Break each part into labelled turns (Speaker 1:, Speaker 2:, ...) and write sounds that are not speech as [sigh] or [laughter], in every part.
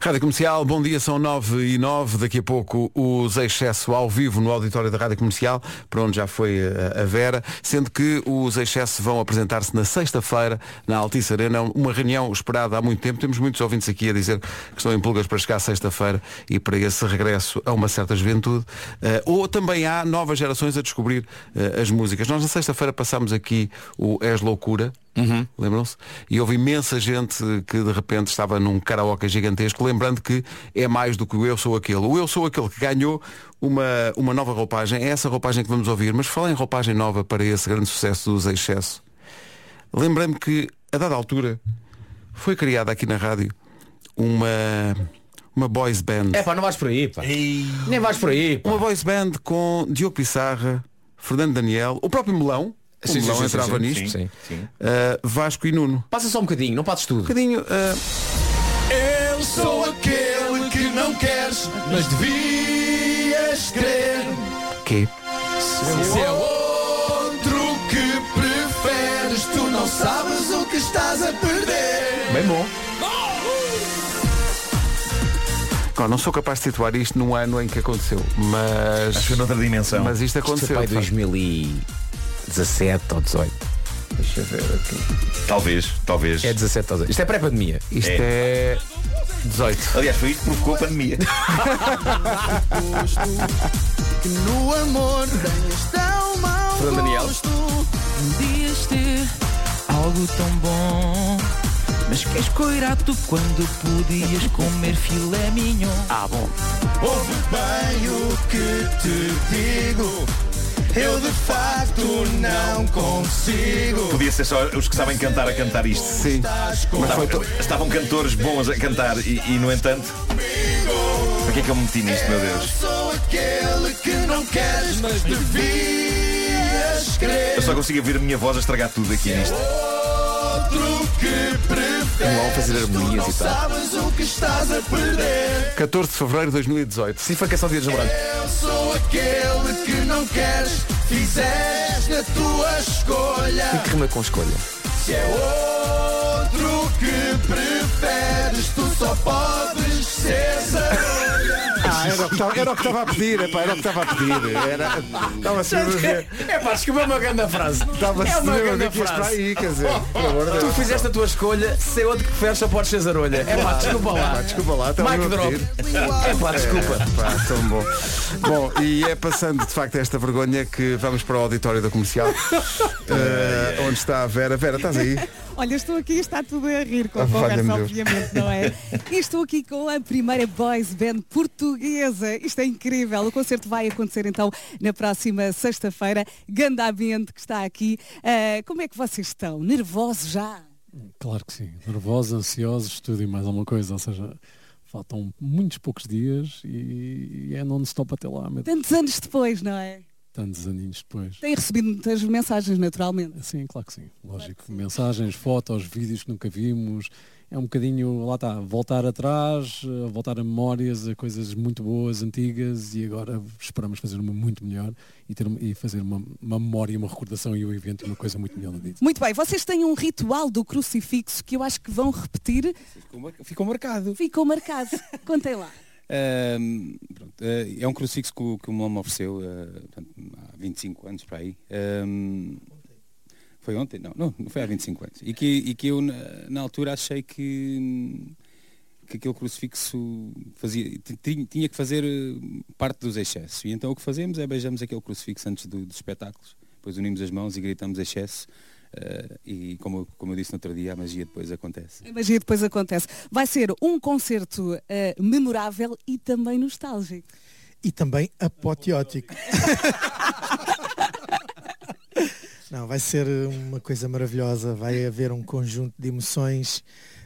Speaker 1: Rádio Comercial, bom dia, são 9 e 9. Daqui a pouco os Excesso ao vivo no auditório da Rádio Comercial, para onde já foi eh, a Vera, sendo que os Excesso vão apresentar-se na sexta-feira na Altice Arena, uma reunião esperada há muito tempo. Temos muitos ouvintes aqui a dizer que estão em pulgas para chegar sexta-feira e para esse regresso a uma certa juventude. Eh, ou também há novas gerações a descobrir eh, as músicas. Nós na sexta-feira passámos aqui o És Loucura,
Speaker 2: Uhum.
Speaker 1: Lembram-se? E houve imensa gente que de repente estava num karaoke gigantesco, lembrando que é mais do que o Eu Sou Aquele. O Eu Sou Aquele que ganhou uma, uma nova roupagem, é essa roupagem que vamos ouvir, mas fala em roupagem nova para esse grande sucesso dos excesso. Lembrei-me que, a dada altura, foi criada aqui na rádio uma, uma boys band.
Speaker 3: É pá, não vais por aí, pá. Nem vais por aí, pá.
Speaker 1: Uma boys band com Diogo Pissarra, Fernando Daniel, o próprio Melão. O
Speaker 2: Sim, sim,
Speaker 1: Melão
Speaker 2: sim, sim,
Speaker 1: entrava
Speaker 2: sim,
Speaker 1: nisto.
Speaker 3: sim,
Speaker 2: sim.
Speaker 1: Uh, Vasco e Nuno.
Speaker 3: Passa só um bocadinho, não passes
Speaker 1: Um
Speaker 3: tudo.
Speaker 1: bocadinho. uh,
Speaker 2: Eu sou aquele que não queres, mas devias crer.
Speaker 1: quê?
Speaker 2: Se é outro que preferes, tu não sabes o que estás a perder.
Speaker 3: Bem bom.
Speaker 1: Ó, não sou capaz de situar isto num ano em que aconteceu, mas.
Speaker 2: Acho que noutra dimensão.
Speaker 1: Mas isto é
Speaker 3: Isto
Speaker 1: aconteceu.
Speaker 3: foi
Speaker 1: de facto.
Speaker 3: 2017 ou 18. Deixa eu ver aqui.
Speaker 2: Talvez, talvez.
Speaker 3: É 17 ou 18. Isto é pré-pandemia.
Speaker 1: Isto é. 18.
Speaker 2: Aliás, foi isto que provocou a pandemia.
Speaker 4: No amor ganhas tão mal
Speaker 3: Fernando Daniel.
Speaker 4: Podias ter algo tão bom Mas queres coirato quando podias comer filé mignon
Speaker 1: Ah, bom.
Speaker 2: [laughs] Ouve bem o que te digo. Eu de facto não consigo. Podia ser só os que sabem cantar a cantar isto.
Speaker 1: Sim. Mas foi to-
Speaker 2: Estavam cantores bons a cantar e, e, no entanto. Para que é que eu me meti nisto, meu Deus? Eu sou aquele que não queres, mas devias crer. Eu só consigo ouvir a minha voz a estragar tudo aqui nisto. Outro que prefere.
Speaker 3: Vão fazer harmonias e tal.
Speaker 2: Sabes o que estás a perder.
Speaker 1: 14 de fevereiro de 2018.
Speaker 3: Sim, foi canção de dia dos namorados.
Speaker 2: Eu sou aquele que não queres, fizeste a tua escolha.
Speaker 3: Que rima com escolha.
Speaker 2: Se é outro que preferes, tu só podes ser
Speaker 1: Ah, era o que estava- era o que estava a pedir, epá, era o que estava a [laughs] pedir. Era... Estava a ver.
Speaker 3: É pá, escreveu uma grande [laughs] frase.
Speaker 1: Estava
Speaker 3: É
Speaker 1: assim, a
Speaker 3: uma
Speaker 1: ver
Speaker 3: grande
Speaker 1: que ias para
Speaker 3: frase.
Speaker 1: aí, quer [laughs] dizer. Por amor de
Speaker 3: Tu
Speaker 1: Deus.
Speaker 3: fizeste a tua escolha, sei onde que preferes só podes ser zarolha. É pá, desculpa lá.
Speaker 1: Desculpa lá, estava
Speaker 3: Mike
Speaker 1: a
Speaker 3: Drop.
Speaker 1: pedir.
Speaker 3: É pá, desculpa.
Speaker 1: Pá, tão bom. Bom, e é passando de facto esta vergonha que vamos para o auditório da [laughs] comercial, eh, onde está a Vera. Vera, estás aí?
Speaker 5: Olha, estou aqui e está tudo a rir com
Speaker 1: Ah,
Speaker 5: a
Speaker 1: valha-me
Speaker 5: conversa,
Speaker 1: Deus.
Speaker 5: obviamente, não é? E estou aqui com a primeira boys band portuguesa. Isto é incrível. O concerto vai acontecer então na próxima sexta-feira. Ganda ambiente que está aqui. Ah, como é que vocês estão? Nervosos já?
Speaker 6: Claro que sim. Nervosa, ansiosos, tudo e mais alguma coisa. Ou seja, faltam muitos poucos dias e e é non-stop até lá, mas
Speaker 5: Tantos anos depois, não é?
Speaker 6: tantos aninhos depois.
Speaker 5: Têm recebido muitas mensagens, naturalmente.
Speaker 6: Sim, claro que sim. Lógico. Mensagens, fotos, vídeos que nunca vimos. É um bocadinho, lá está, voltar atrás, eh, voltar a memórias, a coisas muito boas, antigas e agora esperamos fazer uma muito melhor e, ter, uma- e fazer uma, uma memória, uma recordação e um evento, uma coisa muito melhor do dito.
Speaker 5: Muito bem, vocês têm um ritual do crucifixo que eu acho que vão repetir.
Speaker 7: Ficou marcado.
Speaker 5: Ficou marcado. Contem lá.
Speaker 7: Ahm, pronto, eh, é um crucifixo que, o- que o meu me ofereceu eh, portanto, há 25 anos para aí. Ahm, foi ontem? Não, não, não foi há 25 anos. E que, e que eu na, na altura achei que, hum, que aquele crucifixo fazia, ti- ti- tinha que fazer eh, parte dos excessos. E então o que fazemos é beijamos aquele crucifixo antes do- dos espetáculos, depois unimos as mãos e gritamos excesso. eh, e como, eu- como eu disse no outro dia, a magia depois acontece.
Speaker 5: A magia depois acontece. Vai ser um concerto eh, memorável e também nostálgico.
Speaker 8: e também apoteótico. [laughs] Não, vai ser uma coisa maravilhosa, vai haver um conjunto de emoções,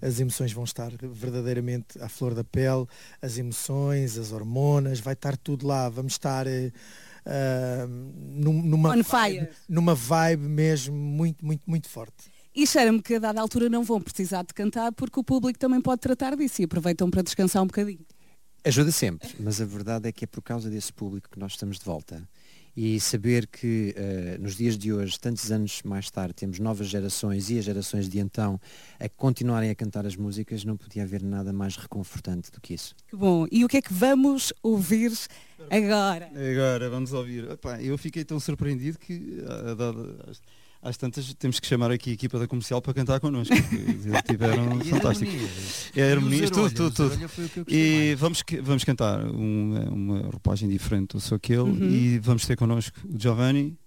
Speaker 8: as emoções vão estar verdadeiramente à flor da pele, as emoções, as hormonas, vai estar tudo lá, vamos estar eh, ah, num- numa,
Speaker 5: On fire.
Speaker 8: numa vibe mesmo muito, muito, muito forte.
Speaker 5: E cheira-me que a dada altura não vão precisar de cantar porque o público também pode tratar disso e aproveitam para descansar um bocadinho.
Speaker 9: Ajuda sempre, mas a verdade é que é por causa desse público que nós estamos de volta.
Speaker 6: e saber que eh, nos dias de hoje, tantos anos mais tarde, temos novas gerações e as gerações de então a continuarem a cantar as músicas, não podia haver nada mais reconfortante do que isso.
Speaker 5: Que bom. E o que é que vamos ouvir agora?
Speaker 10: Agora vamos ouvir. Epá, eu fiquei tão surpreendido que a- a dada- às- às tantas temos que chamar aqui a equipa da comercial para cantar connosco.
Speaker 7: [laughs]
Speaker 10: porque Eles tiveram
Speaker 7: E a
Speaker 10: fantástico.
Speaker 7: harmonia?
Speaker 10: É
Speaker 7: E
Speaker 10: a
Speaker 7: o
Speaker 10: harmonia, tudo,
Speaker 7: Zarolha? O
Speaker 10: tudo, tudo.
Speaker 7: Zarolha foi o que eu gostei
Speaker 10: E vamos, que- vamos cantar uma, uma roupagem diferente do Sou Aquele
Speaker 5: Uhum.
Speaker 10: e vamos ter connosco o Giovanni,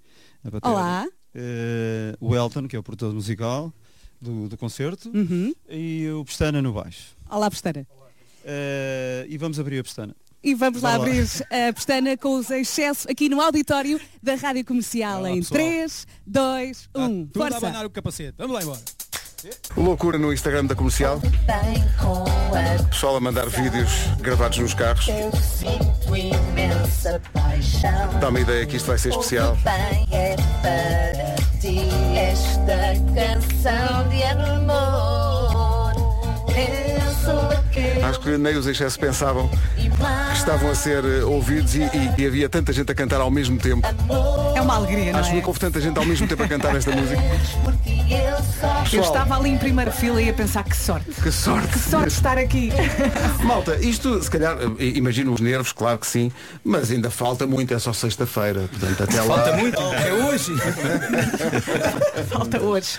Speaker 10: a batera,
Speaker 5: Olá.
Speaker 10: eh, o Elton, que é o produtor musical do, do concerto,
Speaker 5: Uhum.
Speaker 10: e o Pestana no baixo.
Speaker 5: Olá, Pestana.
Speaker 10: Eh, e vamos abrir a Pestana.
Speaker 5: E vamos lá
Speaker 10: Vamos lá.
Speaker 5: abrir a pestana com os excessos aqui no auditório da Rádio Comercial em
Speaker 10: pessoal.
Speaker 5: 3, 2,
Speaker 6: Ah,
Speaker 11: Tudo a
Speaker 5: 1. Força!
Speaker 11: abanar o capacete. Vamos lá embora.
Speaker 1: Loucura no Instagram da comercial.
Speaker 2: Bem com a
Speaker 1: Pessoal a mandar vídeos gravados nos carros.
Speaker 2: eu sinto imensa paixão.
Speaker 1: Dá uma ideia que isto vai ser é especial.
Speaker 2: Tudo bem é para ti esta canção de amor. Eu sou aquele
Speaker 1: Acho que nem os excessos pensavam que estavam a ser eh, ouvidos e, e- e havia tanta gente a cantar ao mesmo tempo.
Speaker 5: É uma alegria, não
Speaker 1: Acho que
Speaker 5: é?
Speaker 1: nunca houve tanta gente ao mesmo tempo a cantar esta música.
Speaker 2: eu só
Speaker 5: Eu
Speaker 1: Pessoal.
Speaker 5: estava ali em primeira fila e ia pensar que sorte.
Speaker 1: Que sorte.
Speaker 5: Que sorte estar aqui. [laughs]
Speaker 1: Malta, isto se calhar, eh, imagino os nervos, claro que sim, mas ainda falta muito, é só sexta-feira. Portanto, até lá.
Speaker 3: Falta muito, é hoje.
Speaker 5: Falta hoje.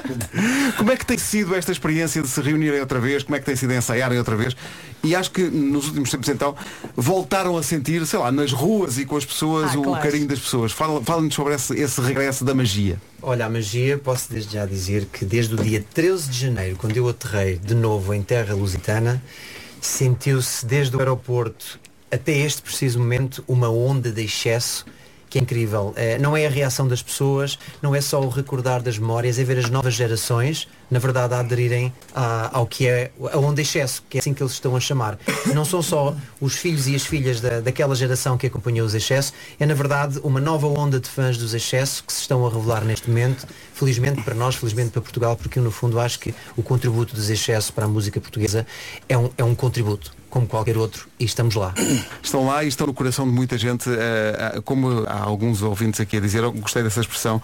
Speaker 1: Como é que tem sido esta experiência de se reunirem outra vez? Como é que tem sido ensaiarem outra vez? E acho que nos últimos tempos então voltaram a sentir, sei lá, nas ruas e com as pessoas,
Speaker 6: Ah,
Speaker 1: o
Speaker 6: claro.
Speaker 1: carinho das pessoas. Fala- Fala-nos sobre esse, esse regresso da magia.
Speaker 6: Olha, a magia, posso desde já dizer que desde o dia 13 de janeiro, quando eu aterrei de novo em terra lusitana, sentiu-se desde o aeroporto até este preciso momento uma onda de excesso que é incrível. Eh, não é a reação das pessoas, não é só o recordar das memórias, é ver as novas gerações, na verdade, a aderirem à- ao que é a onda de excesso, que é assim que eles estão a chamar. Não são só os filhos e as filhas da, daquela geração que acompanhou os excesso, é na verdade uma nova onda de fãs dos excesso que se estão a revelar neste momento, felizmente para nós, felizmente para Portugal, porque eu no fundo acho que o contributo dos excesso para a música portuguesa é um, é um contributo, como qualquer outro, e estamos lá.
Speaker 1: Estão lá e estão no coração de muita gente, eh, ah, como há alguns ouvintes aqui a dizer, eu gostei dessa expressão,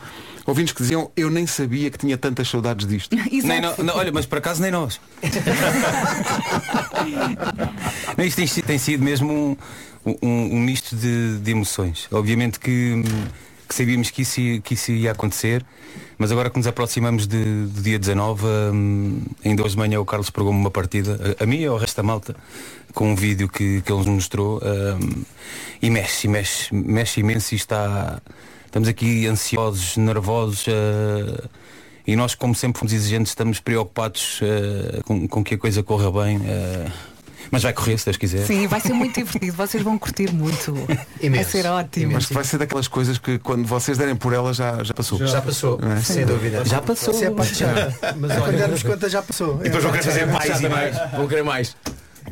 Speaker 1: ouvintes que diziam, eu nem sabia que tinha tantas saudades
Speaker 6: [laughs]
Speaker 1: disto.
Speaker 5: [laughs]
Speaker 3: Nem no- não, olha, mas por acaso nem nós. Não, isto tem, si- tem sido mesmo um, um- um misto de, de emoções. Obviamente que, que sabíamos que isso, ia- que isso ia acontecer, mas agora que nos aproximamos de- do dia 19, hum, ainda hoje de manhã o Carlos pregou-me uma partida, a, a mim e ao resto da malta, com um vídeo que, que ele nos mostrou, hum, e mexe, mexe, mexe imenso e está. Estamos aqui ansiosos, nervosos. ah, e nós, como sempre fomos exigentes, estamos preocupados ah, com, com que a coisa corra bem. ah, mas vai correr, se Deus quiser.
Speaker 5: Sim, vai ser muito divertido. Vocês vão curtir muito. Vai ser ótimo.
Speaker 1: Mas vai ser daquelas coisas que quando vocês derem por elas já, já passou.
Speaker 6: Já, passou,
Speaker 1: Não é?
Speaker 6: sem dúvida.
Speaker 3: Já passou.
Speaker 8: Se é para Mas quando dermos conta já passou.
Speaker 4: E depois vão querer fazer mais e mais.
Speaker 7: [laughs]
Speaker 3: Vou querer mais.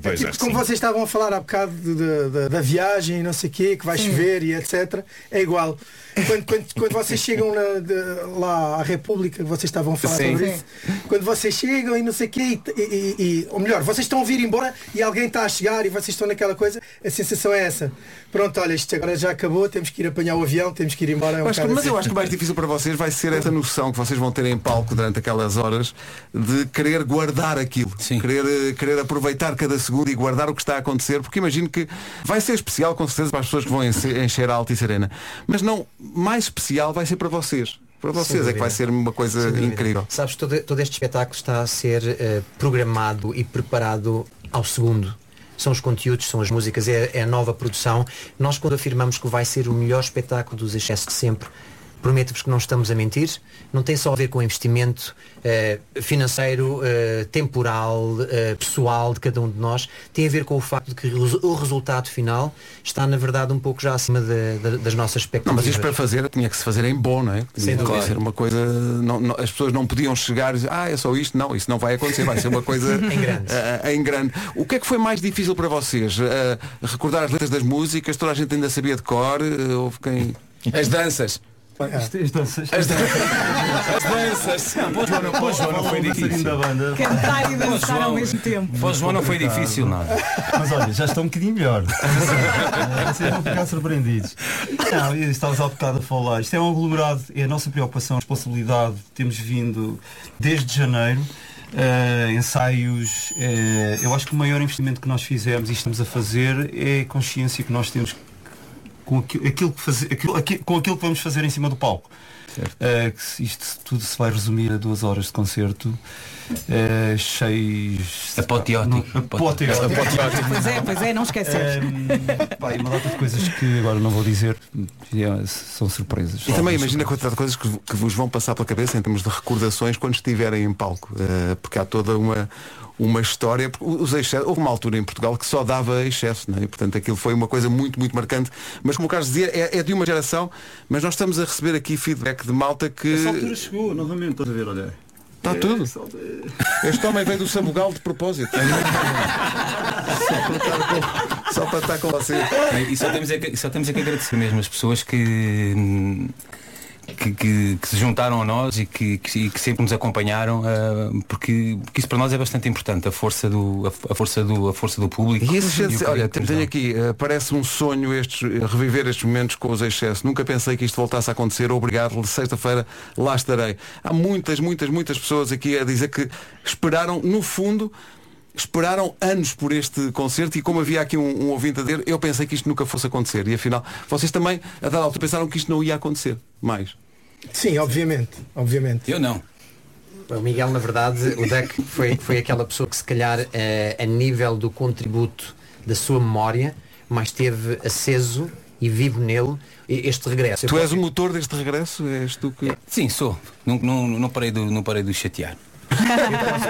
Speaker 4: Pois
Speaker 1: tipo
Speaker 4: é.
Speaker 8: tipo Como vocês estavam a falar há bocado de- de- de- da viagem e não sei o quê, que vai chover e etc. É igual. Quando, quando, quando vocês chegam na- de- lá à República, vocês estavam a falar
Speaker 3: Sim.
Speaker 8: sobre
Speaker 3: Sim.
Speaker 8: isso. Quando vocês chegam e não sei o quê, e, e- e- ou melhor, vocês estão a vir embora e alguém está a chegar e vocês estão naquela coisa, a sensação é essa. Pronto, olha, isto agora já acabou, temos que ir apanhar o avião, temos que ir embora. É um
Speaker 1: Eu acho que-
Speaker 8: bocado
Speaker 1: mas eu
Speaker 8: assim.
Speaker 1: acho que o mais difícil para vocês vai ser essa noção que vocês vão ter em palco durante aquelas horas de querer guardar aquilo, querer, eh, querer aproveitar cada segundo e guardar o que está a acontecer, porque imagino que vai ser especial com certeza para as pessoas que vão enche- encher a Alta e Serena, mas não, mais especial vai ser para vocês. Para
Speaker 6: Sem
Speaker 1: vocês é que
Speaker 6: dúvida.
Speaker 1: vai ser uma coisa
Speaker 6: Sem dúvida.
Speaker 1: incrível.
Speaker 6: Sabes, todo, todo este espetáculo está a ser eh, programado e preparado ao segundo. São os conteúdos, são as músicas, é, é a nova produção. Nós, quando afirmamos que vai ser o melhor espetáculo dos excessos de sempre, prometo-vos que não estamos a mentir. Não tem só a ver com investimento eh, financeiro, eh, temporal, eh, pessoal de cada um de nós. Tem a ver com o facto de que o o resultado final está, na verdade, um pouco já acima da- da- das nossas
Speaker 1: Não,
Speaker 6: expectativas.
Speaker 1: mas isto para fazer tinha que se fazer em bom, não é? Tinha
Speaker 6: Sem
Speaker 1: que
Speaker 6: dúvida.
Speaker 1: ser uma coisa. não- não- as pessoas não podiam chegar e dizer, ah, é só isto. Não, isso não vai acontecer, vai ser uma coisa
Speaker 6: [laughs] Em grande.
Speaker 1: ah, ah, em grande. O que é que foi mais difícil para vocês? Ah, recordar as letras das músicas, toda a gente ainda sabia de cor, ah, houve Eh, quem.
Speaker 3: As danças.
Speaker 7: As, as danças.
Speaker 3: As danças.
Speaker 7: Pô, Joana, pô, Joana, foi difícil. Da banda.
Speaker 5: Cantar e
Speaker 7: Pô,
Speaker 5: dançar
Speaker 7: João,
Speaker 5: ao mesmo tempo.
Speaker 3: Pô, João, não foi difícil, nada.
Speaker 7: Mas olha, já está um bocadinho melhor. Vocês vão ficar surpreendidos. Não, eu estavas há bocado a falar. Isto é um aglomerado, é a nossa preocupação, a responsabilidade. Temos vindo desde janeiro. eh, ensaios, eh, eu acho que o maior investimento que nós fizemos e estamos a fazer é a consciência que nós temos com aquilo, aquilo que faze- aquilo- aqui- com aquilo que vamos fazer em cima do palco. Eh, que se- isto tudo se vai resumir a duas horas de concerto eh, cheios
Speaker 3: Apoteótico.
Speaker 7: apoteótico.
Speaker 5: Pois é, pois é, não esqueces.
Speaker 4: Eh,
Speaker 7: Ehm, [laughs] pá, e uma data de coisas que agora não vou dizer é, são surpresas.
Speaker 1: E também imagina a quantidade de coisas que, que vos vão passar pela cabeça em termos de recordações quando estiverem em palco. Eh, porque há toda uma, uma história. porque Os excessos, houve uma altura em Portugal que só dava excesso, não é? e portanto aquilo foi uma coisa muito, muito marcante. Mas como o Carlos dizia, é, é de uma geração, mas nós estamos a receber aqui feedback de malta
Speaker 4: É
Speaker 1: que.
Speaker 7: Essa altura chegou novamente, estás a ver, olha.
Speaker 1: Está tudo. Este homem veio do Sabugal de propósito. Só para estar com você.
Speaker 3: E só temos, é que, só temos é que agradecer mesmo as pessoas que, hum, que, que- que se juntaram a nós e que, que- e que sempre nos acompanharam, ah, porque, porque isso para nós é bastante importante, a força do, a, a força do, a força do público.
Speaker 1: E esses
Speaker 3: o
Speaker 1: excessos,
Speaker 3: carinho
Speaker 1: olha,
Speaker 3: que nos
Speaker 1: tenho
Speaker 3: dão.
Speaker 1: tenho aqui, eh, parece um sonho estes, eh, reviver estes momentos com os excessos. Nunca pensei que isto voltasse a acontecer. Obrigado, sexta-feira lá estarei. Há muitas, muitas, muitas pessoas aqui a dizer que esperaram, no fundo, esperaram anos por este concerto e como havia aqui um, um ouvinte a dizer, eu pensei que isto nunca fosse acontecer. E afinal, vocês também, a dada altura, pensaram que isto não ia acontecer mais.
Speaker 8: Sim, obviamente, obviamente.
Speaker 3: Eu não.
Speaker 6: O Miguel, na verdade, o Deck foi, foi aquela pessoa que se calhar eh, a nível do contributo da sua memória, mais teve aceso e vivo nele e- este
Speaker 3: É
Speaker 6: regresso.
Speaker 1: tu és o motor deste regresso? És tu que...
Speaker 3: Sim, sou. Não, não, não, parei de, não parei de os chatear.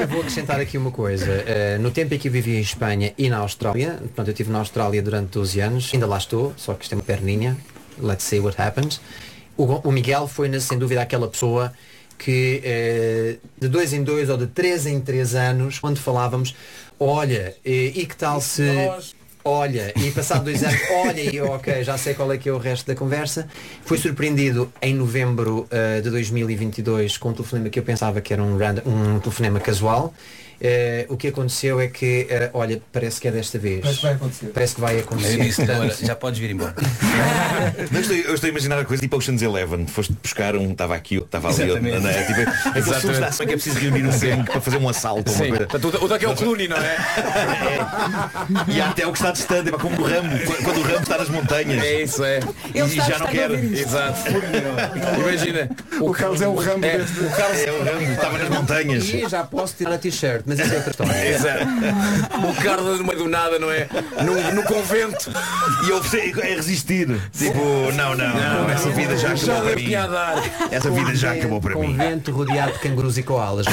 Speaker 6: Eu vou acrescentar aqui uma coisa. Eh, no tempo em que eu vivia em Espanha e na Austrália, portanto eu estive na Austrália durante 12 anos, ainda lá estou, só que isto é uma perninha. Let's see what happens. O, Go- o Miguel foi, na- sem dúvida, aquela pessoa que eh, de dois em dois ou de três em três anos, quando falávamos, olha, eh, e que tal se... Olha, e passado dois [laughs] anos, olha, e eu, ok, já sei qual é que é o resto da conversa. Fui surpreendido em novembro eh, de 2022 com um telefonema que eu pensava que era um, random, um telefonema casual. Eh, o que aconteceu é que, eh, olha, parece que é desta vez. Parece que vai acontecer. Parece que vai acontecer.
Speaker 3: Eu disse,
Speaker 6: Portanto,
Speaker 3: olha, É já podes vir embora.
Speaker 4: Não, eu estou, eu estou a imaginar a coisa tipo Ocean's Eleven. Foste buscar um, estava aqui, outro estava ali. Outro,
Speaker 3: Exatamente.
Speaker 4: não é? Tipo, é que o
Speaker 3: Exatamente.
Speaker 4: filme dá só que é preciso reunir um gangue para fazer um assalto. ou Uma coisa.
Speaker 7: O daqui é o Clooney, não é?
Speaker 4: E há até o que está distante, é pá, como o ramo, Qu- quando o ramo está nas montanhas.
Speaker 7: É isso, é.
Speaker 5: Ele
Speaker 4: e
Speaker 5: está-
Speaker 4: já não
Speaker 5: está a
Speaker 4: quer.
Speaker 5: ouvir isto.
Speaker 7: Exato. Imagina.
Speaker 1: O Carlos é o ramo deste.
Speaker 3: um
Speaker 7: O Carlos
Speaker 4: É o ramo, estava nas montanhas.
Speaker 6: E já posso tirar a t-shirt, mas isso é outra história.
Speaker 7: Exato. O Carlos no meio do nada, não é? No, no convento.
Speaker 4: E eu sei, é resistir. Tipo, não, não, essa vida já acabou
Speaker 3: é
Speaker 4: para mim.
Speaker 7: a dar.
Speaker 4: Essa vida já acabou para mim.
Speaker 6: Convento rodeado de cangurus e koalas.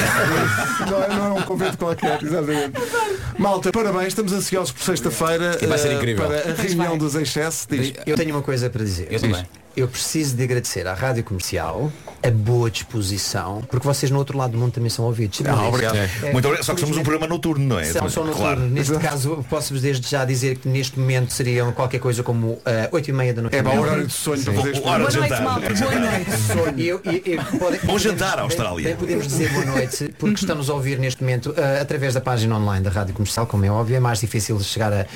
Speaker 1: Não, é- não é um convento qualquer, exatamente. Malta, parabéns, estamos ansiosos por sexta-feira
Speaker 3: E vai ser
Speaker 1: eh,
Speaker 3: incrível.
Speaker 1: para a reunião dos excessos. Diz.
Speaker 6: Eu tenho uma coisa para dizer.
Speaker 3: Eu também.
Speaker 6: Eu preciso de agradecer à Rádio Comercial a boa disposição, porque vocês no outro lado do mundo também são ouvidos.
Speaker 1: Ah, obrigado.
Speaker 4: É. Muito obrigado. Só que somos um programa noturno, não é?
Speaker 6: São, são noturnos.
Speaker 4: Claro.
Speaker 6: Neste caso, posso-vos desde já dizer que neste momento seriam qualquer coisa como uh, 8 e meia da noite.
Speaker 1: É para o horário de sonho para fazer este
Speaker 4: Hora
Speaker 5: Boa
Speaker 4: de
Speaker 5: noite,
Speaker 4: jantar.
Speaker 5: malta. Boa noite.
Speaker 6: E eu- e- e podem-
Speaker 4: Bom jantar,
Speaker 6: podemos-
Speaker 4: Austrália.
Speaker 6: bem- bem podemos dizer boa noite, porque estamos a ouvir neste momento ah, através da página online da Rádio Comercial, como é óbvio, é mais difícil chegar a-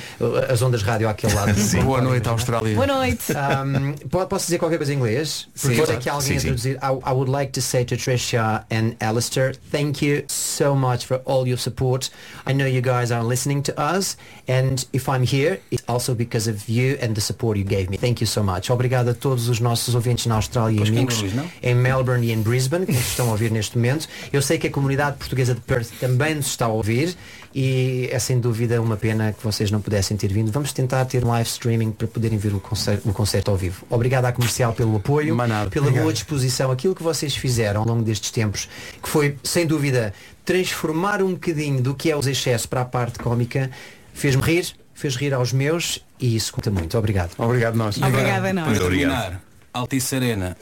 Speaker 6: às ondas rádio àquele
Speaker 4: [laughs]
Speaker 6: lado.
Speaker 1: Boa noite, Austrália. É
Speaker 5: Boa noite.
Speaker 6: Um, po- posso dizer qualquer coisa em inglês? Porque
Speaker 4: claro.
Speaker 6: é que alguém
Speaker 4: Sim,
Speaker 6: a
Speaker 4: sim.
Speaker 6: traduzir. I, I would like to say to Tricia and Alistair, thank you so much for all your support. I know you guys are listening to us and if I'm here, it's also because of you and the support you gave me. Thank you so much. Obrigado a todos os nossos ouvintes na Austrália e
Speaker 3: Pois,
Speaker 6: amigos
Speaker 3: Cangurus, não?
Speaker 6: em Melbourne e em Brisbane, que nos estão a ouvir neste momento. Eu sei que a comunidade portuguesa de Perth também nos está a ouvir e é sem dúvida uma pena que vocês não pudessem ter vindo. Vamos tentar ter um live streaming para poderem ver o concerto, o concerto ao vivo. Obrigado à comercial pelo apoio,
Speaker 1: Manado.
Speaker 6: pela boa disposição, aquilo que vocês fizeram ao longo destes tempos, que foi sem dúvida transformar um bocadinho do que é os excessos para a parte cómica, fez-me rir, fez rir aos meus e isso conta muito. Obrigado.
Speaker 1: Obrigado nós.
Speaker 5: Obrigada, não.
Speaker 3: Para
Speaker 4: obrigado.
Speaker 3: terminar, Altice Arena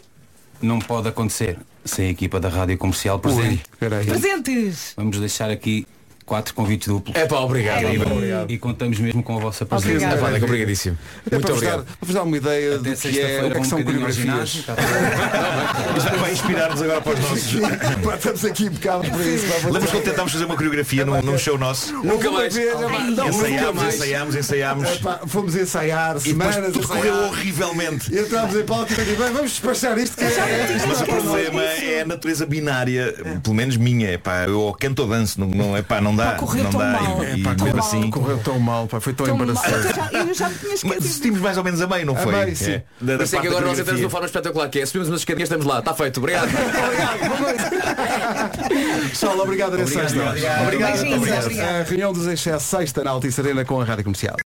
Speaker 3: não pode acontecer sem a equipa da Rádio Comercial presente.
Speaker 1: Espera aí.
Speaker 5: Presentes.
Speaker 3: Vamos deixar aqui quatro convites duplos.
Speaker 1: É pá, obrigado,
Speaker 3: E,
Speaker 1: obrigado. obrigado.
Speaker 3: e contamos mesmo com a vossa presença.
Speaker 1: Obrigado. É pá, Deco, obrigadíssimo. Até
Speaker 3: Muito
Speaker 1: para vos
Speaker 3: obrigado.
Speaker 1: dar- para vos dar uma ideia
Speaker 3: Até
Speaker 1: do que é,
Speaker 3: sexta-feira,
Speaker 1: o que é que
Speaker 3: com
Speaker 1: são
Speaker 3: um bocadinho ao
Speaker 1: coreografias.
Speaker 3: ginásio,
Speaker 4: Isto vai inspirar-nos agora para
Speaker 1: [laughs]
Speaker 4: os nossos.
Speaker 1: Pá, estamos aqui um bocado para isso. pá, para-
Speaker 4: Lembras quando tentámos fazer uma coreografia num, num show nosso?
Speaker 1: Nunca mais. Ai,
Speaker 4: Não,
Speaker 1: nunca
Speaker 4: ensaiámos,
Speaker 1: mais.
Speaker 4: ensaiámos, ensaiámos.
Speaker 1: Epá, fomos ensaiar
Speaker 4: E depois
Speaker 1: semanas.
Speaker 4: tudo
Speaker 1: ensaiar.
Speaker 4: correu horrivelmente.
Speaker 1: Entramos em palco e daqui, bem, vamos despachar isto que é.
Speaker 4: Mas o problema é a natureza binária, pelo menos minha, é pá, eu ou canto ou danço, não, não, é pá, não dá,
Speaker 1: Pá,
Speaker 5: correu
Speaker 4: não
Speaker 5: tão
Speaker 4: dá,
Speaker 5: mal.
Speaker 4: e, e
Speaker 1: Pá,
Speaker 4: mesmo
Speaker 1: correu,
Speaker 4: assim.
Speaker 1: correu tão mal, pá, foi tão,
Speaker 5: Tão mal. [laughs]
Speaker 1: embaraçante.
Speaker 5: Eu já- Eu já me tinha
Speaker 4: Mas
Speaker 5: esquecido.
Speaker 4: Tínhamos mais ou menos a meio, não
Speaker 1: A
Speaker 4: foi?
Speaker 1: meio, sim.
Speaker 4: É. Da-
Speaker 11: Por isso é
Speaker 4: da parte
Speaker 11: que
Speaker 4: da
Speaker 11: agora nós entramos de
Speaker 4: coreografia.
Speaker 11: uma forma espetacular, que é subimos umas escadinhas, estamos lá, está feito, obrigado.
Speaker 1: [laughs] Pessoal, obrigado, Ana
Speaker 11: Obrigado.
Speaker 1: Sexta.
Speaker 11: Obrigado.
Speaker 1: Obrigado.
Speaker 11: Beijinhos,
Speaker 1: Obrigado.
Speaker 11: obrigado.
Speaker 1: A reunião dos Excessos, sexta, na Altice Arena, com a Rádio Comercial.